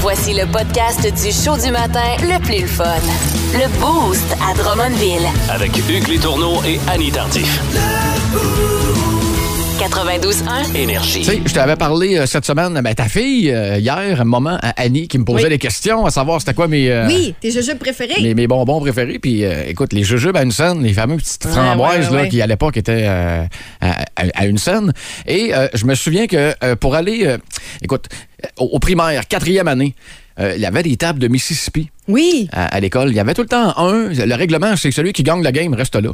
Voici le podcast du show du matin le plus le fun. Le Boost à Drummondville. Avec Hugues Létourneau et Annie Tardif. 92.1. Énergie. Tu sais, je t'avais parlé euh, cette semaine, ben, ta fille, euh, hier, un moment, à Annie, qui me posait Oui. des questions à savoir c'était quoi mes, euh, Oui, tes jeux préférés. mes, mes bonbons préférés. Puis euh, écoute, les jujubes à une scène, les fameux petites Ouais, framboises ouais, ouais, là, ouais. qui à l'époque étaient euh, à, à- à une scène. Et euh, je me souviens que euh, pour aller, euh, écoute, euh, au, au primaire, quatrième année, euh, il y avait des tables de Mississippi Oui, à, à l'école. Il y avait tout le temps un. Le règlement, c'est que celui qui gagne la game reste là.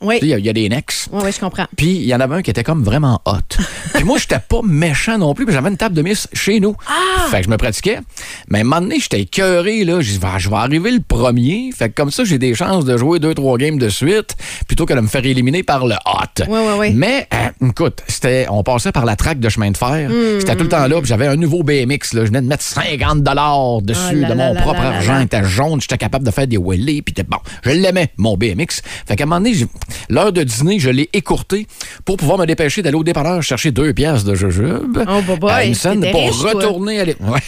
oui. Tu sais, Il y a- il y, a des necks. Oui, oui, je comprends. Puis il y en avait un qui était comme vraiment hot. Puis moi, j'étais pas méchant non plus, puis j'avais une table de miss chez nous. Ah! Fait que je me pratiquais. Mais un moment donné, j'étais écœuré, là. J'ai dit, Ah, je vais arriver le premier. Fait que comme ça, j'ai des chances de jouer deux, trois games de suite, plutôt que de me faire éliminer par le hot. Ouais, ouais, ouais. Mais, euh, écoute, c'était, on passait par la traque de chemin de fer. Hmm. c'était tout le temps là, puis j'avais un nouveau BMX, là. Je venais de mettre 50 dessus Oh là de là mon là propre là là argent. là. Il était jaune, j'étais capable de faire des wheelies, puis t'es- bon, je l'aimais, mon BMX. Fait qu'à un moment donné, j'ai- l'heure de dîner, je l'ai écourtée pour pouvoir me dépêcher d'aller au dépanneur chercher deux pièces de jujube. Oh, boy, boy, à une scène t'étais pour riche, toi. retourner à l'é- ouais,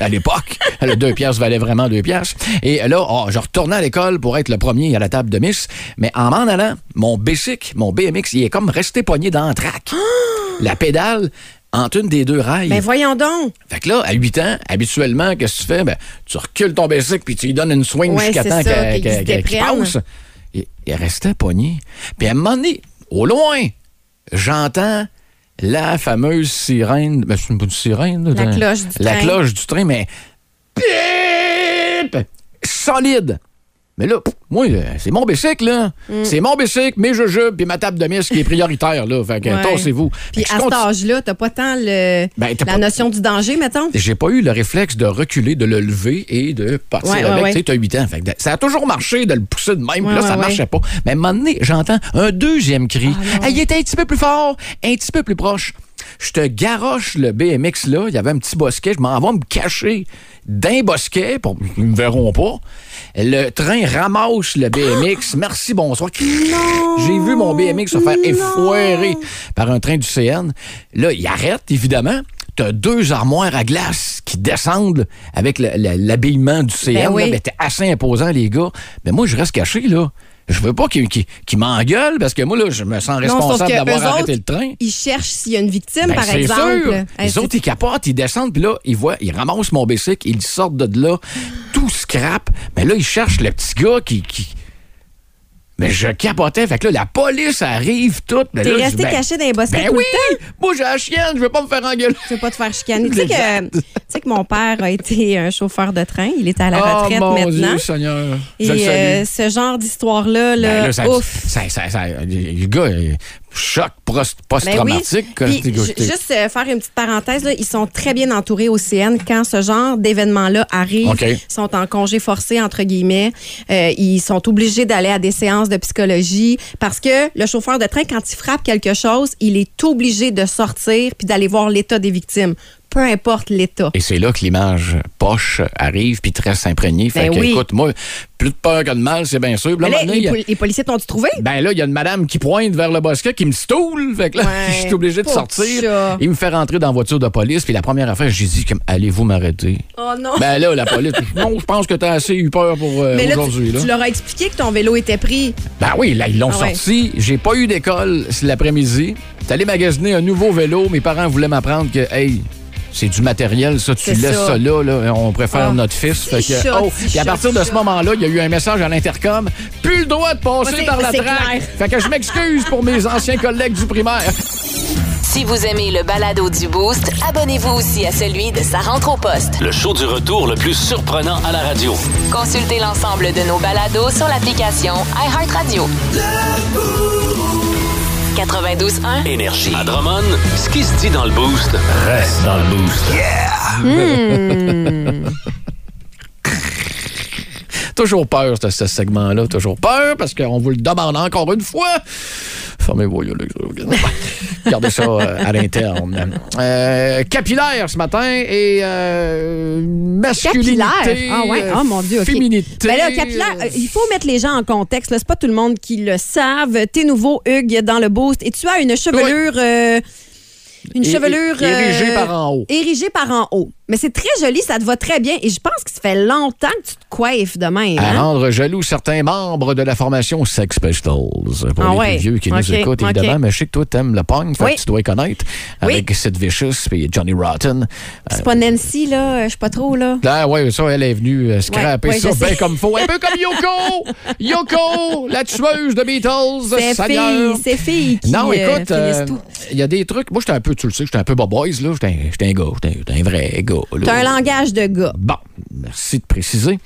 à l'époque. le deux pièces valait vraiment deux pièces. Et là, oh, je retournais à l'école pour être le premier à la table de Miss. Mais en m'en allant, mon bicycle, mon BMX, il est comme resté poigné dans le track. la pédale entre une des deux rails. Ben voyons donc. Fait que là, à 8 ans, habituellement, qu'est-ce que tu fais? Ben, tu recules ton bicycle puis tu lui donnes une swing Ouais, jusqu'à c'est temps ça, qu'elle- qu'il se qu'elle- qu'elle- qu'il déprenne. passe. Il, il restait pogné. Puis à un moment donné, au loin, j'entends la fameuse sirène. Ben, c'est une bonne sirène. là, La dans- cloche du la train. cloche du train, mais. Pip! Solide! Mais là, pff, moi, euh, c'est mon bicycle, là. Mm. C'est mon bicycle, mes jujubes, puis ma table de mise qui est prioritaire, là. Fait que, Ouais. tassez-vous. Fait Puis que je à cet continue- âge-là, t'as pas tant le, Ben, t'as la pas- notion du danger, mettons? j'ai pas eu le réflexe de reculer, de le lever et de partir Ouais, ouais, avec. ouais. Tu sais, t'as 8 ans. Fait que ça a toujours marché de le pousser de même. puis là, Ouais, ça ouais, marchait pas. Mais à un moment donné, j'entends un deuxième cri. Ah, non. Hey, il était un petit peu plus fort, un petit peu plus proche. Je te garoche le BMX là. Il y avait un petit bosquet. Je m'en vais me cacher d'un bosquet. Pour... Ils me verront pas. Le train ramasse le BMX. Merci, bonsoir. J'ai vu mon BMX se faire effoirer par un train du CN. Là, il arrête, évidemment. T'as deux armoires à glace qui descendent avec le- le- l'habillement du CN. là. Ben oui. Ben, t'es assez imposant, les gars. Mais moi, je reste caché, là. Je veux pas qu'ils qu'ils- qu'ils m'engueulent parce que moi, là, je me sens responsable d'avoir eux arrêté le autres, train. Ils cherchent s'il y a une victime, Ben, par c'est exemple. sûr. Hey, les c'est- autres, ils capotent, ils descendent, puis là, ils voient, ils ramassent mon bicycle, ils sortent de là, tout scrap. Mais là, ils cherchent le petit gars qui. qui- Mais je capotais. Fait que là, la police arrive toute. mais T'es là, je dis, resté ben- caché dans les bosquets Ben tout oui! le temps. Moi, j'ai la chienne, je veux pas me faire engueuler. Tu veux pas te faire chicaner. Tu sais que, Exact. tu sais que mon père a été un chauffeur de train. Il est à la oh retraite mon maintenant. Dieu, Seigneur. Je le Et salue. euh, ce genre d'histoire-là, Ben là, là, ça- ouf. ça- ça- ça- le gars, euh, choc post- Ben oui. post-traumatique. quand Puis, t'es- ju- t'es- juste euh, faire une petite parenthèse, là, ils sont très bien entourés au CN quand ce genre d'événement-là arrive. OK. Ils sont en congé forcé, entre guillemets. Euh, ils sont obligés d'aller à des séances de psychologie parce que le chauffeur de train, quand il frappe quelque chose, il est obligé de sortir puis d'aller voir l'état des victimes, peu importe l'état. Et c'est là que l'image poche arrive puis très s'imprégnée. Fait Ben que, oui. écoute, moi, plus de peur que de mal, c'est bien sûr. Puis là, Mais là, un moment donné, les, il y a- pol- les policiers t'ont-tu trouvé? Ben là, il y a une madame qui pointe vers le bosquet, qui me stoule. Fait que là, Ouais, je suis obligé de pauvre sortir. chat. Il me fait rentrer dans la voiture de police. Puis la première affaire, j'ai dit, comme, allez-vous m'arrêter? Oh non! Ben là, la police, non, je pense que t'as assez eu peur pour euh, Mais là, aujourd'hui. tu, là. tu leur as expliqué que ton vélo était pris. Ben oui, là, ils l'ont Ah ouais. sorti. J'ai pas eu d'école c'est l'après-midi. T'es allé magasiner un nouveau vélo. Mes parents voulaient m'apprendre que, hey, c'est du matériel, ça, tu C'est laisses ça, ça. là, là, on préfère Ah, notre fils. Fait petit que, chat, oh. petit Puis à chat, partir de petit ce chat. moment-là, il y a eu un message à l'intercom. Plus le droit de passer Ouais, c'est- par la c'est traque. clair. Fait que je m'excuse pour mes anciens collègues du primaire. Si vous aimez le balado du Boost, abonnez-vous aussi à celui de sa rentre au poste. Le show du retour le plus surprenant à la radio. Consultez l'ensemble de nos balados sur l'application iHeartRadio. 92.1. Énergie. À Drummond, ce qui se dit dans le boost reste dans le boost. Toujours peur, ce, ce segment-là. Toujours peur, parce qu'on vous le demande encore une fois. Fermez vos yeux, là. Gardez ça euh, à l'interne. Euh, capillaire ce matin et euh, masculinité. euh, Capillaire. Ah ouais. Ah, mon Dieu, OK. Féminité. Ben là, capillaire, euh, il faut mettre les gens en contexte. là. C'est pas tout le monde qui le savent. T'es nouveau, Hugues, dans le boost. Et tu as une chevelure. euh, une É- chevelure. euh, é- érigée par en haut. Érigée par en haut. Mais c'est très joli, ça te va très bien. Et je pense que ça fait longtemps que tu te coiffes de même. à hein? rendre jaloux certains membres de la formation Sex Pistols. Pour Ah les ouais. plus vieux qui Ok, nous écoutent, évidemment. ok. Mais je sais que toi, t'aimes le punk, fait Oui. que tu dois y connaître. Oui. Avec Sid Vicious et Johnny Rotten. C'est pas Nancy, là, euh, je sais pas trop, là. Ah ouais, ça, elle est venue euh, scraper Ouais, ouais, ça je bien sais. comme faut. Un peu comme Yoko! Yoko, la tueuse de Beatles, C'est Seigneur! fille, c'est fille qui Non, euh, écoute, finissent euh, tout. il y a des trucs. Moi, j'étais un peu, tu le sais, j'étais un peu boboys, là. J'étais un, j'étais un gars, j'étais un- j'étais un vrai gars. là. T'as un langage de gars. Bon, merci de préciser.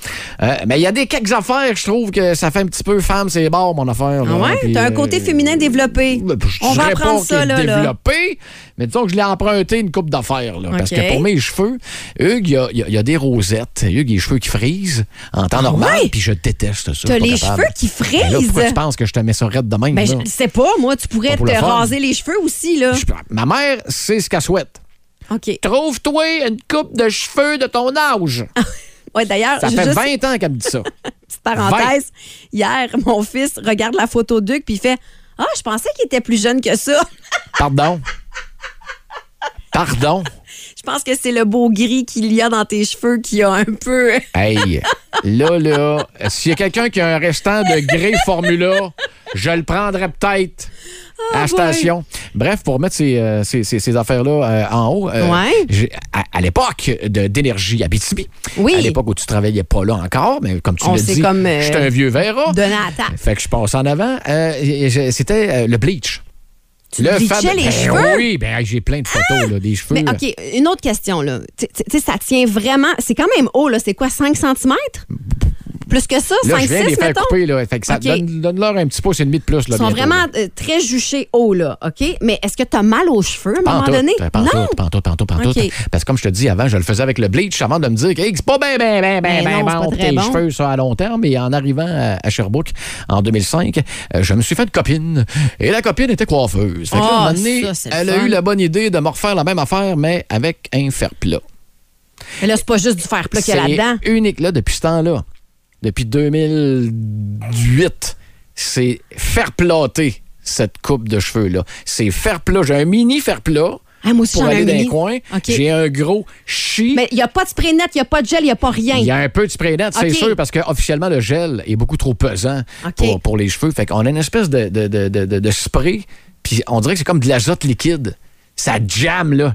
Euh, mais il y a des quelques affaires, je trouve que ça fait un petit peu femme, c'est mort, mon affaire. Ah là, ouais? puis, T'as un euh, côté féminin développé. ben, je On va dirais apprendre pas ça, qu'il est là, là. développé, mais disons que je l'ai emprunté une coupe d'affaires. là, Parce Ok. que pour mes cheveux, Hugues, il y a, il y a- il y a des rosettes. Hugues, il y a les cheveux qui frisent en temps normal, Ah ouais? puis je déteste ça. T'as je suis pas les capable. cheveux qui Ben là, pourquoi frisent? tu penses que je te mets ça raide de même? Ben, là? je sais pas, moi, tu pourrais Pas te pour le fun. raser les cheveux aussi, là. Je- Ma mère, c'est ce qu'elle souhaite. OK. Trouve-toi une coupe de cheveux de ton âge. Ah, Ouais, d'ailleurs, Ça juste fait 20 ans qu'elle me dit ça. petite parenthèse, hier, mon fils regarde la photo d'Hugues puis il fait Ah, je pensais qu'il était plus jeune que ça. Pardon. Pardon. Je pense que c'est le beau gris qu'il y a dans tes cheveux qui a un peu. Hey, là, là, s'il y a quelqu'un qui a un restant de gré Formula, je le prendrais peut-être à la Ah, boy. station. Bref, pour mettre ces, euh, ces- ces- ces affaires-là euh, en haut, euh, Ouais. j'ai- à, à l'époque de- d'énergie Abitibi, Oui. à l'époque où tu travaillais pas là encore, mais comme tu On l'as s'est dit, comme, euh, j'étais un vieux verra. donné à la table. Fait que je passe en avant. Euh, et j'ai- C'était euh, le bleach. Tu bleachais les ben cheveux? Ah! Oui, ben j'ai plein de photos là, des cheveux. Mais OK, une autre question, là. Tu tu- tu sais, ça tient vraiment. C'est quand même haut, là. C'est quoi, 5 cm? Plus que ça, Là, je viens de les 5-6, faire mettons? couper. Là, fait que ça OK. donne, donne-leur un petit pouce et demi de plus. Là, Ils sont bientôt, vraiment là. euh, très juchés haut, là. OK? Mais est-ce que tu as mal aux cheveux à un moment Pantoute, donné? euh, pantoute, Non. pantoute, pantoute, pantoute. OK. Parce que comme je te dis avant, je le faisais avec le bleach avant de me dire que hey, c'est pas bien, bien, bien, bien, bien Ben non, c'est bon pas pour très tes bon. cheveux, ça, à long terme. Et en arrivant à, à Sherbrooke en 2005, euh, je me suis fait de copine. Et la copine était coiffeuse. Fait que là, Ah, un moment donné, ça, c'est le elle a fun. eu la bonne idée de me refaire la même affaire, mais avec un fer plat. Mais là, c'est pas juste du fer plat qu'il y a là-dedans. C'est unique, là, depuis ce temps-là. Depuis 2008, c'est faire plater cette coupe de cheveux-là. C'est faire plat. J'ai un mini faire plat Ah, moi aussi, pour j'en ai aller un dans les mini. coins. OK. J'ai un gros chi. Mais il n'y a pas de spray net, il n'y a pas de gel, il n'y a pas rien. Il y a un peu de spray net, c'est OK. sûr, parce que officiellement le gel est beaucoup trop pesant OK. pour, pour les cheveux. Fait qu'on a une espèce de, de, de, de- de- de spray, puis on dirait que c'est comme de l'azote liquide. Ça jamme, là.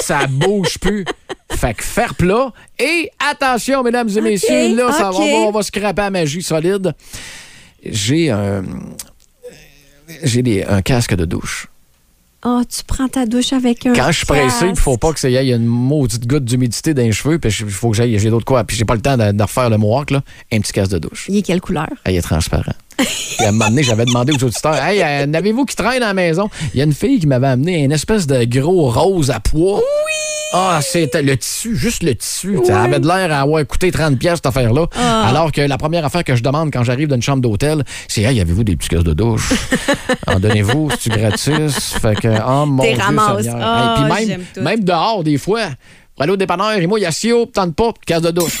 ça bouge plus. Fait que faire plat. Et attention, mesdames et messieurs, là, ça va- OK. on, va, on va scraper la magie solide. J'ai un. J'ai des- un casque de douche. Ah, tu prends ta douche avec un. Quand je suis pressé, il faut pas que ça y aille une maudite goutte d'humidité dans les cheveux, puis il faut que j'aille, j'ai d'autres quoi, puis j'ai pas le temps de, de refaire le mohawk, là, un petit casque de douche. Il est quelle couleur? Elle Ah, est transparent. Puis à un moment donné, j'avais demandé aux auditeurs Hey, euh, n'avez-vous qui traîne à la maison Il y a une fille qui m'avait amené une espèce de gros rose à poids. Oui Ah, c'était le tissu, juste le tissu. Ça avait de l'air à avoir coûté 30$ piastres, cette affaire-là. Ah. Alors que la première affaire que je demande quand j'arrive d'une chambre d'hôtel, c'est Hey, avez-vous des petits casques de douche En donnez-vous, c'est gratis. Fait que, oh mon T'es Dieu, ramasse. Seigneur. Ah, Hey, puis j'aime même, tout. même dehors, des fois, pour aller au dépanneur, et moi, il y a si haut, tente pas, casse de douche.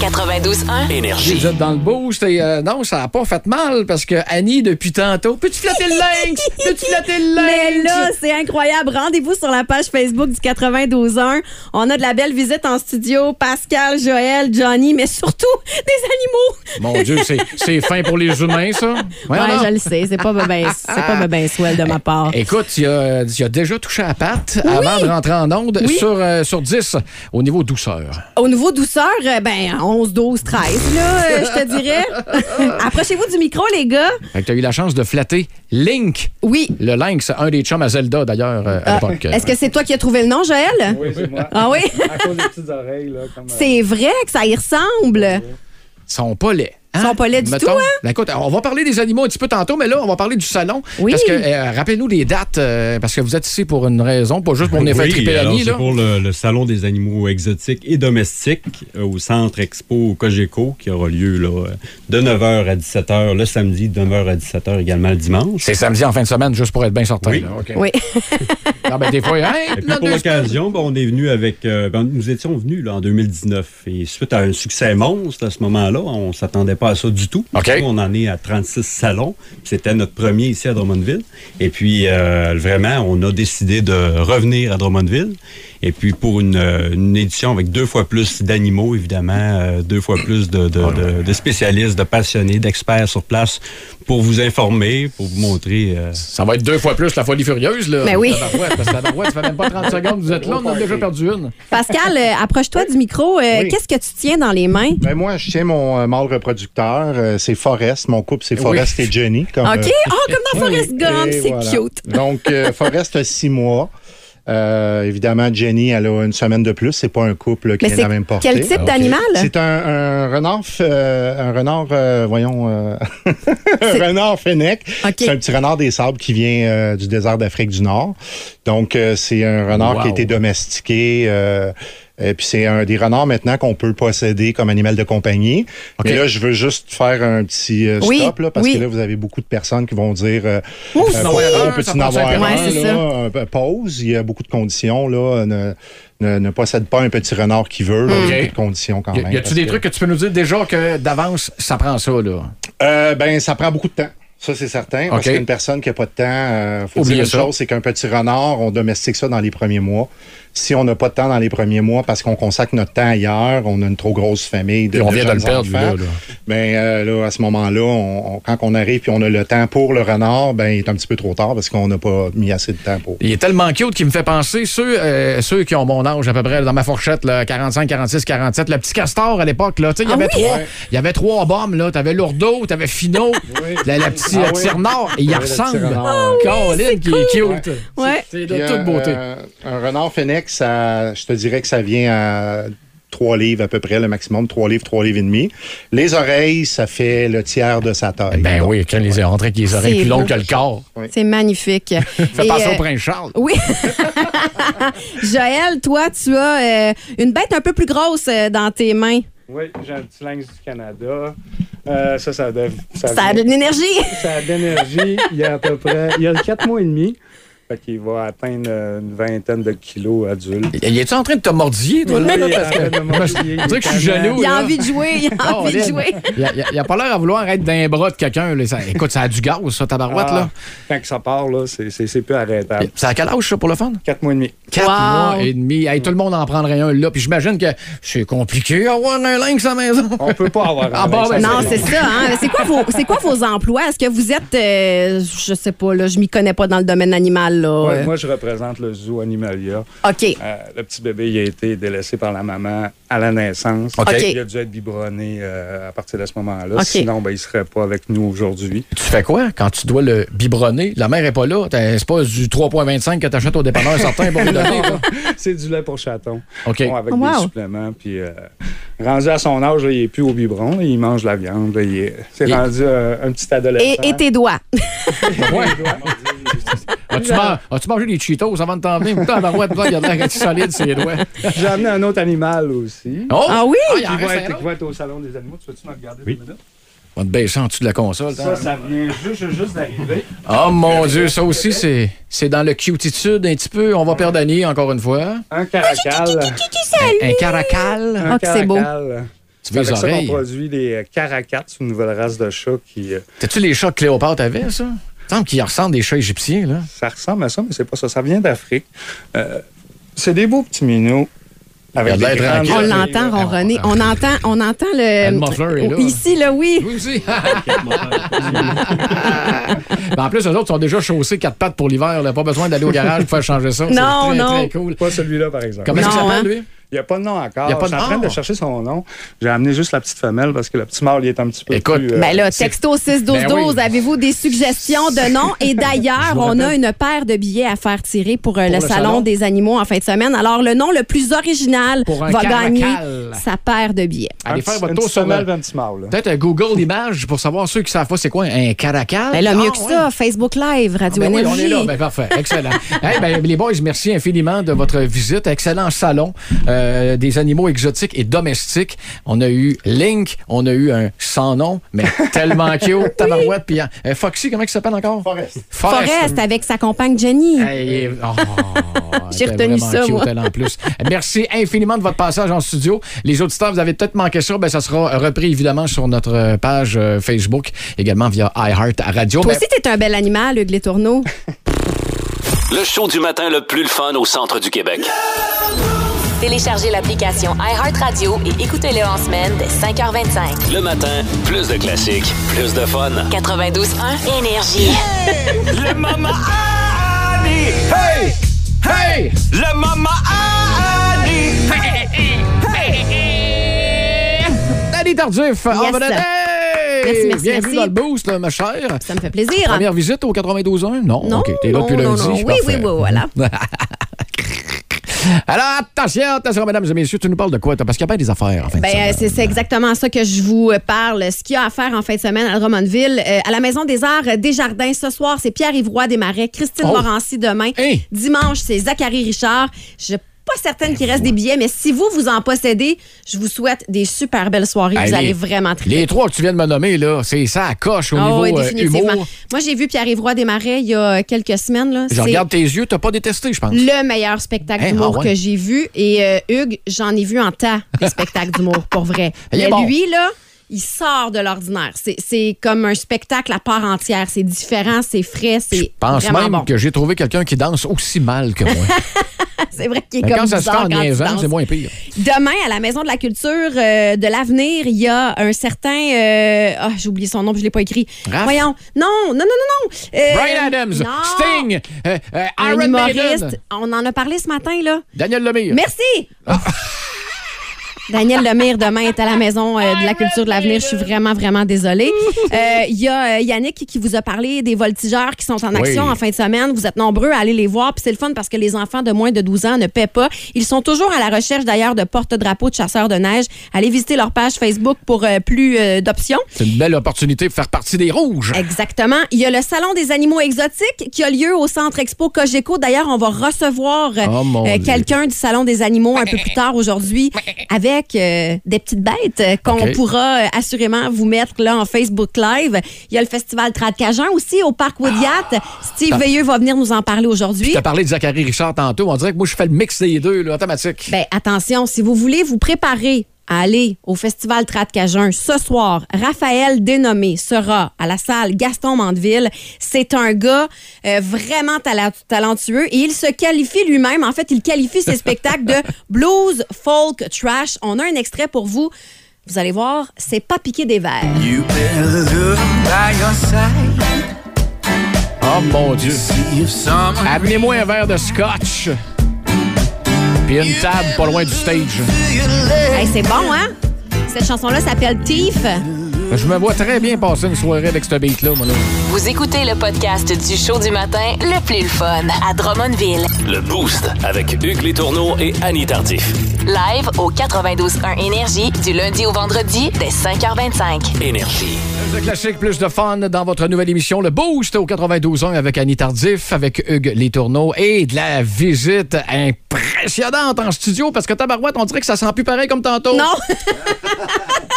92.1. Énergie. Vous êtes dans le boost et euh, non, ça n'a pas fait mal parce que Annie, depuis tantôt, peux-tu flatter le lynx? Peux-tu flatter le Mais lynx? là, c'est incroyable. Rendez-vous sur la page Facebook du 92.1. On a de la belle visite en studio. Pascal, Joël, Johnny, mais surtout des animaux. Mon Dieu, c'est- c'est fin pour les humains, ça? Ouais, ouais, non? je le sais. C'est pas ben, c'est pas ben, ben swell de Eh, ma part. Écoute, il a, il a déjà touché à la patte avant de rentrer en onde Oui. sur, euh, sur 10 au niveau douceur. Au niveau douceur, euh, ben 11, 12, 13, là, euh, je te dirais. Approchez-vous du micro, les gars. Fait que tu as eu la chance de flatter Link. Oui. Le lynx, un des chums à Zelda, d'ailleurs, euh, à Ah, l'époque. Est-ce que c'est toi qui as trouvé le nom, Joël? Oui, c'est moi. Ah oui? À cause des petites oreilles, là. Comme, euh, C'est vrai que ça y ressemble. Ils sont pas laids. Ils sont pas laids du Mettons. tout, hein? Ben, écoute, on va parler des animaux un petit peu tantôt, mais là, on va parler du salon. Oui. Parce que, euh, rappelez-nous les dates, euh, parce que vous êtes ici pour une raison, pas juste pour nous faire Oui, triper la alors nuit, c'est là. pour le, le Salon des animaux exotiques et domestiques euh, au Centre Expo Cogeco qui aura lieu là, euh, de 9h à 17h le samedi, de 9h à 17h également le dimanche. C'est samedi en fin de semaine, juste pour être bien certain. Oui. là. OK. Oui. Non, ben, des fois, hey, Et puis dans pour deux l'occasion, ben, on est venu avec. euh, ben, nous étions venus là, en 2019 et suite à un succès monstre à ce moment-là, on s'attendait pas à ça du tout. OK. Nous, on en est à 36 salons. C'était notre premier ici à Drummondville. Et puis euh, vraiment, on a décidé de revenir à Drummondville. Et puis pour une, euh, une édition avec deux fois plus d'animaux, évidemment, euh, deux fois plus de, de- de- de spécialistes, de passionnés, d'experts sur place pour vous informer, pour vous montrer. euh, Ça va être deux fois plus la folie furieuse, là. Ben oui. Tabarouette, parce que tabarouette, ça fait même pas 30 secondes, vous êtes là, on en a déjà perdu une. Pascal, euh, approche-toi du micro. Euh, Oui. Qu'est-ce que tu tiens dans les mains? Ben moi, je tiens mon euh, mâle reproducteur, euh, c'est Forrest. Mon couple, c'est Forrest et Jenny. Comme, OK. euh, Oh, comme dans Forrest oui. Gump, Et c'est voilà. cute. Donc, euh, Forrest a six mois. Euh, évidemment, Jenny, elle a une semaine de plus. C'est pas un couple qui Mais est c'est la même portée. quel type d'animal? C'est un, un renard, f- euh, un renard, euh, voyons, euh, un renard fennec. OK. C'est un petit renard des sables qui vient euh, du désert d'Afrique du Nord. Donc, euh, c'est un renard qui a Wow. été domestiqué. euh, et puis, c'est un des renards maintenant qu'on peut posséder comme animal de compagnie. OK. Mais là, je veux juste faire un petit euh, Oui, stop, là, parce oui. que là, vous avez beaucoup de personnes qui vont dire euh, Ouf, euh, non, pourquoi ouais, on ça peut-tu en passe un avoir peu. un? Ouais, c'est là? Euh, p- pause, il y a beaucoup de conditions. Là, ne, ne, ne possède pas un petit renard qui veut. là. Hmm. Il y a OK. beaucoup de conditions quand Y même. a- Y a-tu parce des que- trucs que tu peux nous dire déjà que d'avance, ça prend ça, là? Euh, ben, ça prend beaucoup de temps. Ça, c'est certain. Parce OK. qu'une personne qui n'a pas de temps, euh, faut Oubliez dire une ça. chose, c'est qu'un petit renard, on domestique ça dans les premiers mois. Si on n'a pas de temps dans les premiers mois parce qu'on consacre notre temps ailleurs, on a une trop grosse famille de, Puis on de vient de jeunes le perdre, enfants, là, là. ben, euh, là, à ce moment-là, on- on- quand on arrive puis on a le temps pour le renard, ben, il est un petit peu trop tard parce qu'on n'a pas mis assez de temps pour. Il est tellement cute qu'il me fait penser, ceux, euh, ceux qui ont mon âge à peu près, dans ma fourchette, là, 45, 46, 47, le petit castor à l'époque, là, tu sais, il y Ah avait oui? trois, il y avait trois bombes, là, t'avais Lourdeau, t'avais Finot, la, la petite, Ah la oui. petite renard, et il Ah oui, la petite ressemble. renard, Colin, qui est cute. Ouais. C'est Euh, Puis de un- toute beauté. Un, un renard phénix, ça, je te dirais que ça vient à trois livres à peu près, le maximum, trois livres, trois livres et demi. Les oreilles, ça fait le tiers de sa taille. Ben Donc, oui, quand les rentré avec les oreilles C'est plus longues que beau. le corps. C'est magnifique. Fais Et, penser euh, au prince Charles. Oui. Joël, toi, tu as euh, une bête un peu plus grosse euh, dans tes mains. Oui, j'ai un petit lynx du Canada. Euh, ça, ça, dev- ça, Ça a de vient- l'énergie. ça a de l'énergie. Il y a à peu près... Il y a 4 mois et demi. Fait qu'il va atteindre euh, une vingtaine de kilos adultes. Il est-tu en train de te mordiller, toi, là? Oui, là, il est parce en train de me mordiller, On dirait que je suis il est jaloux. Il a là. Ah, envie de jouer. Il a envie de Colin. jouer. Il a- il a- il a pas l'air à vouloir être dans les bras de quelqu'un. là. Ça- Écoute, ça a du gaz, ça, tabarouette, Ah. là. Quand que ça part, là, c'est- c'est c'est plus arrêtable. Ça a quel âge, ça, pour le fun? 4 mois et demi. Quatre Wow. mois et demi. Hey, tout le monde en prendrait un, là. Puis j'imagine que c'est compliqué avoir un lynx à la maison. On peut pas avoir un Ah, bah, lynx à ouais, la ben Non, maison. c'est ça. Hein? C'est quoi vos, c'est quoi vos emplois Est-ce que vous êtes, euh, je sais pas là, je m'y connais pas dans le domaine animal là. Ouais, Euh, Moi, je représente le zoo Animalia. Ok. Euh, le petit bébé, il a été délaissé par la maman à la naissance. OK. OK. Il a dû être biberonné euh, à partir de ce moment-là. OK. Sinon, ben, il serait pas avec nous aujourd'hui. Tu fais quoi quand tu dois le biberonner? La mère est pas là. T'as- C'est pas du 3,25 que t'achètes au dépanneur certain pour lui donner. là. C'est du lait pour chaton. OK. Bon, avec Oh, wow. des suppléments. Puis, euh, rendu à son âge, là, il n'est plus au biberon. là, il mange la viande. là, il est- C'est Et- rendu euh, un petit adolescent. Et, et tes doigts. Oh! Ouais. As-tu man- as-tu mangé des Cheetos avant de t'en venir? Putain, tabarouette, là, il a l'air assez solide, ses doigts. J'ai amené un autre animal aussi. Oh! Ah oui? il en reste qui, va un être, autre. qui va être au salon des animaux. Tu veux-tu me regarder deux minutes? On va te baisser en dessous de la console. Ça, ça vient juste, juste d'arriver. Oh mon Dieu, ça aussi, c'est, c'est dans le cutitude un petit peu. On va perdre Annie encore une fois. Un caracal. Un caracal. Un Ah, que c'est beau. caracal. Tu veux les avec ça qu'on oreilles. produit les euh, caracats, une nouvelle race de chats qui. euh, T'as-tu les chats que Cléopâtre avait, ça? Il semble qu'ils ressemblent des chats égyptiens, là. ça ressemble à ça, mais c'est pas ça. Ça vient d'Afrique. Euh, c'est des beaux petits minous. Il a de des l'air grandes On tranquille. oreilles. l'entend ronronner. On entend, on entend le. Ben, Le muffler est là. Ici là, oui. Oui aussi. Ben, en plus, eux autres sont déjà chaussés quatre pattes pour l'hiver. là. Pas besoin d'aller au garage pour faire changer ça. c'est Non, très, Très non. cool. Pas celui-là, par exemple. Comment est-ce qu'il Non, s'appelle, hein. lui? Il n'y a pas de nom encore. Il y a pas de Je suis en train nom. de chercher son nom. J'ai amené juste la petite femelle parce que le petit mâle, il est un petit peu Écoute, plus... euh, Ben là, c'est- texto 6 12 Ben oui. avez-vous des suggestions de noms? Et d'ailleurs, on a une paire de billets à faire tirer pour, euh, le, le salon, salon. des animaux en fin de semaine. Alors, le nom le plus original Pour un va gagner caracal. sa paire de billets. Allez faire votre une tour petite sur le- femelle, un petit mâle. Peut-être un Google Images pour savoir ceux qui savent pas c'est quoi un caracal. Ben là, mieux Ah, que ouais. ça, Facebook Live, Radio Ben oui, on Énergie. est là. Ben, parfait. Excellent. Hey, ben, les boys, merci infiniment de votre visite. Excellent salon euh, des animaux exotiques et domestiques. On a eu Link, on a eu un sans nom, mais tellement cute. Tabarouette, puis hein, euh, Foxy, comment il s'appelle encore? Forest. Forest avec sa compagne Jenny. Hey, oh, J'ai elle était retenu vraiment ça, cute, moi. elle, en plus. Merci infiniment de votre passage en studio. Les auditeurs, vous avez peut-être manqué ça. Ben, ça sera repris évidemment sur notre page euh, Facebook, également via iHeart à Radio. Toi Ben, aussi, t'es un bel animal, Hugues Les Tourneaux. Le show du matin le plus le fun au centre du Québec. Téléchargez l'application iHeartRadio et écoutez-le en semaine dès 5h25. Le matin, plus de classiques, plus de fun. 92.1 Énergie. Le Mama Annie. Hey! hey! Le Mama Annie. Danny Tardif, en vedette. Hey! Merci, merci, Bienvenue merci. dans le boost, là, ma chère. Ça me fait plaisir. hein? Première visite au 92.1? Non, Non, Ah, OK, t'es là depuis non, non, lundi. non. c'est Oui, oui, parfait. oui, voilà. Alors, attention, attention, mesdames et messieurs, tu nous parles de quoi? toi? Parce qu'il y a bien des affaires, en fin de Ben, euh, semaine. c'est c'est exactement ça que je vous euh, parle. Ce qu'il y a à faire en fin de semaine à Drummondville, euh, à la Maison des Arts euh, Desjardins ce soir, c'est Pierre-Yves Roy Desmarais, Christine Oh. Morancy demain. Hey. Dimanche, c'est Zachary Richard. Je suis pas certaine qu'il reste des billets, mais si vous, vous en possédez, je vous souhaite des super belles soirées. Hey, vous les- allez vraiment triper. Les trois que tu viens de me nommer, là, c'est ça à coche au Ah niveau oui, euh, définitivement. humour. Moi, j'ai vu Pierre-Yves Roy Desmarais il y a quelques semaines. là. Je C'est- regarde tes yeux, t'as pas détesté, je pense. le meilleur spectacle Hein, d'humour ah ouais. que j'ai vu. Et euh, Hugues, j'en ai vu en tas des spectacles d'humour, pour vrai. Il est Mais bon. lui, là, il sort de l'ordinaire. C'est- C'est comme un spectacle à part entière. C'est différent, c'est frais, Je c'est pense vraiment même bon. que j'ai trouvé quelqu'un qui danse aussi mal que moi. C'est vrai qu'il est Mais comme quand ça se fait bizarre en quand tu niaisant, danses. c'est moins pire. Demain, à la Maison de la Culture euh, de l'Avenir, il y a un certain... euh, Ah, j'ai oublié son nom, je ne l'ai pas écrit. Raph? Voyons. Non, non, non, non, non. Euh, Brian Adams, non. Sting, euh, euh, Un Iron humoriste. Maiden, On en a parlé ce matin, là. Daniel Lemire. Merci! Daniel Lemire, demain, est à la maison euh, de la culture de l'avenir. Je suis vraiment, vraiment désolée. Euh, Il y a euh, Yannick qui vous a parlé des voltigeurs qui sont en action Oui. en fin de semaine. Vous êtes nombreux à aller les voir. Puis c'est le fun parce que les enfants de moins de 12 ans ne paient pas. Ils sont toujours à la recherche d'ailleurs de porte-drapeaux de chasseurs de neige. Allez visiter leur page Facebook pour euh, plus euh, d'options. C'est une belle opportunité de faire partie des rouges. Exactement. Il y a le Salon des animaux exotiques qui a lieu au Centre Expo Cogeco. D'ailleurs, on va recevoir euh, Oh, mon euh, Dieu. quelqu'un du Salon des animaux un peu plus tard aujourd'hui avec euh, des petites bêtes euh, qu'on OK. pourra euh, assurément vous mettre là en Facebook Live. Il y a le Festival Tradcagin aussi au Parc Woodiat. Ah. Steve Veilleux va venir nous en parler aujourd'hui. Tu as parlé de Zachary Richard tantôt. On dirait que moi, je fais le mix des deux, là, automatique. Ben, attention, si vous voulez vous préparer à aller au Festival Trad Cajun ce soir, Raphaël Dénommé sera à la salle Gaston Mandeville. C'est un gars euh, vraiment tala- talentueux et il se qualifie lui-même. En fait, il qualifie ses spectacles de blues, folk, trash. On a un extrait pour vous. Vous allez voir, c'est pas piqué des verres. You better look by your side. oh mon Dieu. See if someone Amenez-moi un verre de scotch. Puis une table pas loin du stage. Hey, c'est bon, hein? Cette chanson-là s'appelle Thief. Je me vois très bien passer une soirée avec ce beat-là, moi, là. Vous écoutez le podcast du show du matin le plus le fun à Drummondville. Le Boost avec Hugues Létourneau et Annie Tardif. Live au 92.1 Énergie du lundi au vendredi dès 5h25. Énergie. Plus de classique, plus de fun dans votre nouvelle émission, le Boost au 92.1 avec Annie Tardif, avec Hugues Les Tourneaux et de la visite impressionnante en studio parce que tabarouette, on dirait que ça sent plus pareil comme tantôt. Oh. Non?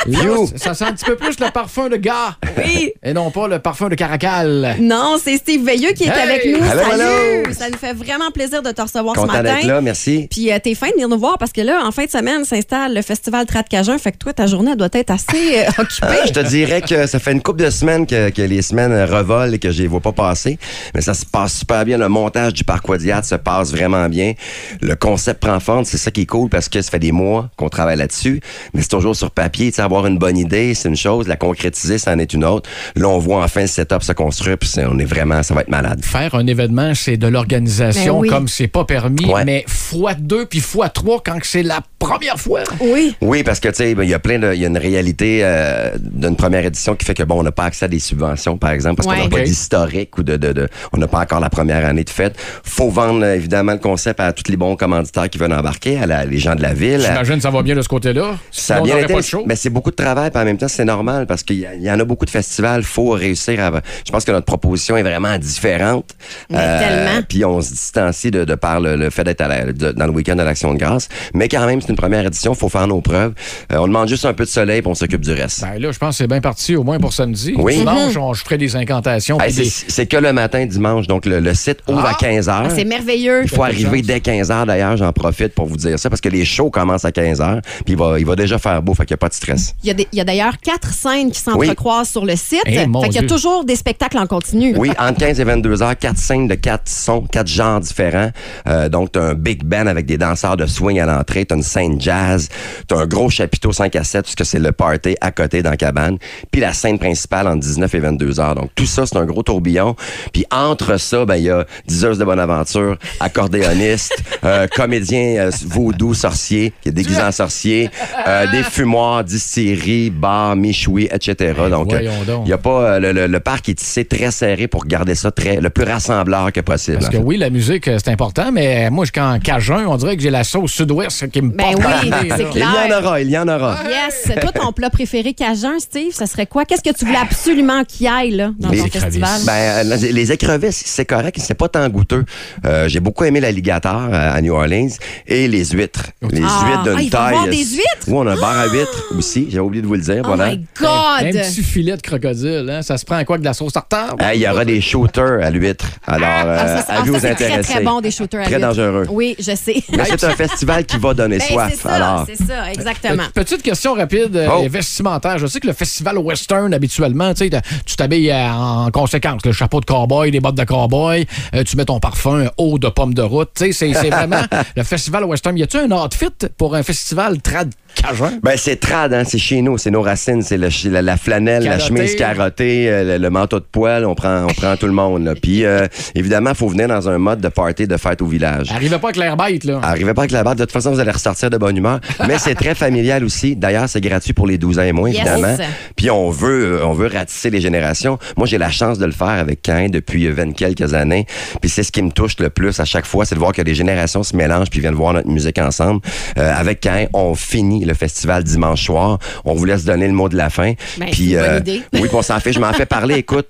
Là, ça sent un petit peu plus le parfum de gars Oui. et non pas le parfum de caracal. Non, c'est Steve Veilleux qui est Hey! avec nous. Allô, Salut! allô! Ça nous fait vraiment plaisir de te recevoir ce Content matin. d'être là, merci. Puis euh, t'es fin de venir nous voir parce que là, en fin de semaine, s'installe le festival Trad Cajun. Fait que toi, ta journée elle doit être assez euh, Ah, je occupée. te dirais que ça fait une couple de semaines que, que les semaines euh, revolent et que je les vois pas passer. Mais ça se passe super bien. Le montage du parc Wadiat se passe vraiment bien. Le concept prend forme. C'est ça qui est cool parce que ça fait des mois qu'on travaille là-dessus. Mais c'est toujours sur papier. Tu sais, avoir une bonne idée, c'est une chose. La concrétiser, c'en est une autre. Là, on voit enfin le setup se construire. Puis c'est- on est vraiment, ça va être malade. Faire un événement, c'est de l'organisation Ben oui. comme c'est pas permis, Ouais. mais fois deux puis fois trois quand que c'est la première fois. Oui. Oui, parce que tu sais, ben, il y a plein de. Il y a une réalité euh, d'une première édition qui fait que bon, on n'a pas accès à des subventions, par exemple, parce qu'on Ouais. n'a pas Ok. d'historique ou de, de, de- On n'a pas encore la première année de fête. Faut vendre euh, évidemment le concept à tous les bons commanditaires qui veulent embarquer, à la- les gens de la ville. à- J'imagine que ça va bien de ce côté-là. ça a Sinon, on bien n'aurait été, pas de show. mais c'est beaucoup de travail, puis en même temps, c'est normal parce qu'il y, a- il y en a beaucoup de festivals. faut réussir à. Je pense que notre proposition est vraiment différente. Euh, Mais tellement. Puis on se distancie de, de par le, le fait d'être à la- de- dans le week-end de l'Action de grâce. Mais quand même, c'est une première édition, faut faire nos preuves. Euh, on demande juste un peu de soleil, puis on s'occupe du reste. Ben là, je pense que c'est bien parti, au moins pour samedi. Oui. Dimanche, Mm-hmm. on, je ferai des incantations. Hey, puis c'est- des- c'est que le matin, dimanche. Donc, le, le site ouvre à 15 h Ah, c'est merveilleux. Il faut Quelque arriver chose. dès 15 h d'ailleurs, j'en profite pour vous dire ça, parce que les shows commencent à 15 h puis il va, il va déjà faire beau, fait qu'il n'y a pas de stress. Il y a des- il y a d'ailleurs quatre scènes qui s'entrecroisent sur le site. Eh, mon fait qu'il y a Dieu. toujours des spectacles en continu. Oui, entre 15 et 22 heures, quatre scènes de quatre sons, quatre genres différents. Euh, donc, t'as un big band avec des danseurs de swing à l'entrée, t'as une scène jazz, t'as un gros chapiteau 5 à 7, puisque c'est le party à côté dans la cabane, puis la scène principale entre 19 et 22 heures. Donc, tout ça, c'est un gros tourbillon. Puis entre ça, ben il y a 10 heures de bonne aventure, accordéoniste, euh, comédien euh, vaudou, sorcier, qui est déguisé en sorcier, euh, des fumoirs, distilleries, bars, michoui, etc. Donc, euh, Ben, voyons donc. il y a pas euh, le, le- le parc est tissé très serré pour garder ça très le plus rassembleur que possible. Parce en que fait. oui, la musique, euh, c'est important, mais moi, je suis en cajun, on dirait que j'ai la sauce sud-ouest qui me Ben porte oui, dans le nez, c'est là. Il clair. y en aura, il y en aura. Yes! Toi, ton plat préféré cajun, Steve, ça serait quoi? Qu'est-ce que tu voulais absolument qu'il aille là, dans Les ton écrevisses. festival? Ben, euh, les- les écrevisses, c'est correct, c'est pas tant goûteux. Euh, J'ai beaucoup aimé l'alligator euh, à New Orleans et les huîtres. Les Ah, huîtres ah, d'une il va taille. voir des huîtres? Ah! Oui, on a un bar à huîtres aussi, j'ai oublié de vous le dire. oh voilà. my Un God! petit filet de crocodile, hein? ça se prend à quoi que de la sauce tartare? Ah, Il y aura des shooters à l'huître. Alors, Ah, euh, ça, c'est- ah, allez ça, vous c'est très, intéresser. très bon des shooters à Très huîtres. dangereux. Oui, je sais. Mais c'est un festival qui va donner Ben, soif. c'est ça, alors, c'est ça, exactement. Pe- Petite question rapide euh, Oh. et vestimentaire. Je sais que le festival western, habituellement, tu sais, t'as- tu t'habilles euh, en conséquence. Le chapeau de cowboy, les bottes de cowboy, euh, tu mets ton parfum, un haut de pomme de route. Tu sais, C'est c'est vraiment le festival western. Y a-tu un outfit pour un festival trad cajun? Ben, c'est trad, hein, c'est chez nous, c'est nos racines, c'est le chi- la, la flanelle, la Carottée. chemise carottée, euh, le, le manteau de poil, on prend, on prend tout le monde. là. Puis, euh, évidemment, faut venir dans un mode de party de fête au village. Arrivez pas avec l'air bête, là. Arrivez pas avec la barre, de toute façon, vous allez ressortir de bonne humeur. Mais c'est très familial aussi. D'ailleurs, c'est gratuit pour les 12 ans et moins, Yes. évidemment. Puis on veut, euh, on veut ratisser les générations. Moi, j'ai la chance de le faire avec Caen depuis euh, 20 quelques années. Puis c'est ce qui me touche le plus à chaque fois, c'est de voir que les générations se mélangent puis viennent voir notre musique ensemble. Euh, avec Caen, on finit le festival dimanche soir. On vous laisse donner le mot de la fin. Ben, puis euh, c'est une bonne idée. oui, puis on s'en fait. Je m'en fais parler. Écoute,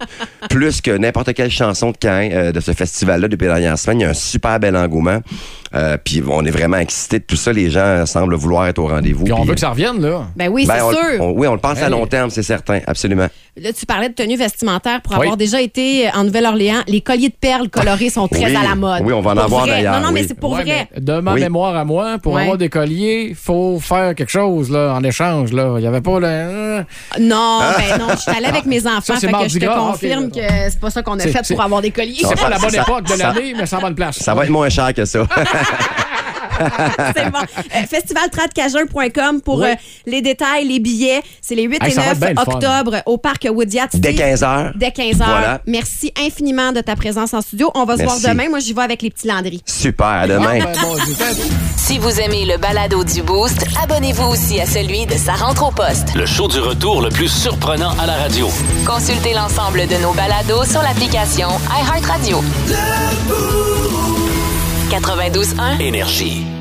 plus que n'importe quelle chanson de Caen euh, de ce festival-là depuis la dernière semaine, il y a un super bel engouement. Euh, puis on est vraiment excités de tout ça. Les gens euh, semblent vouloir être au rendez-vous. Puis on Puis, veut que ça revienne, là. Ben oui, ben, c'est on- sûr. on- oui, on le pense à Hey. long terme, c'est certain, absolument. Là, tu parlais de tenue vestimentaire pour Oui. avoir déjà été euh, en Nouvelle-Orléans. Les colliers de perles colorés sont très Oui. à la mode. Oui, on va en Pour avoir vrai. d'ailleurs, Non, non, mais oui. c'est pour Ouais, vrai. mais De ma Oui. mémoire à moi, pour Ouais. avoir des colliers, faut faire quelque chose là, en échange. là. Il n'y avait pas le. hein? Non, ben non, je suis allée avec mes enfants, Ah. Ça, c'est fait que mardi je te gras. confirme Ok, que c'est pas ça qu'on a C'est- fait c'est- pour avoir des colliers. Non, C'est pas la bonne ça- époque de ça- l'année, mais c'est en bonne place. Ça va être moins cher que ça. Ah, c'est bon. Euh, festivaltradcajun.com pour Oui. euh, les détails, les billets. C'est les 8 Hey, et ça va 9 être bien le fun. octobre au parc Woodyat. Dès 15 heures. Dès 15 heures. Voilà. Merci infiniment de ta présence en studio. On va se Merci. voir demain. Moi, j'y vais avec les petits Landry. Super, à demain. Ah, ben, bon, c'est- Si vous aimez le balado du Boost, abonnez-vous aussi à celui de sa rentre au poste. Le show du retour le plus surprenant à la radio. Consultez l'ensemble de nos balados sur l'application iHeartRadio. 92.1 Énergie.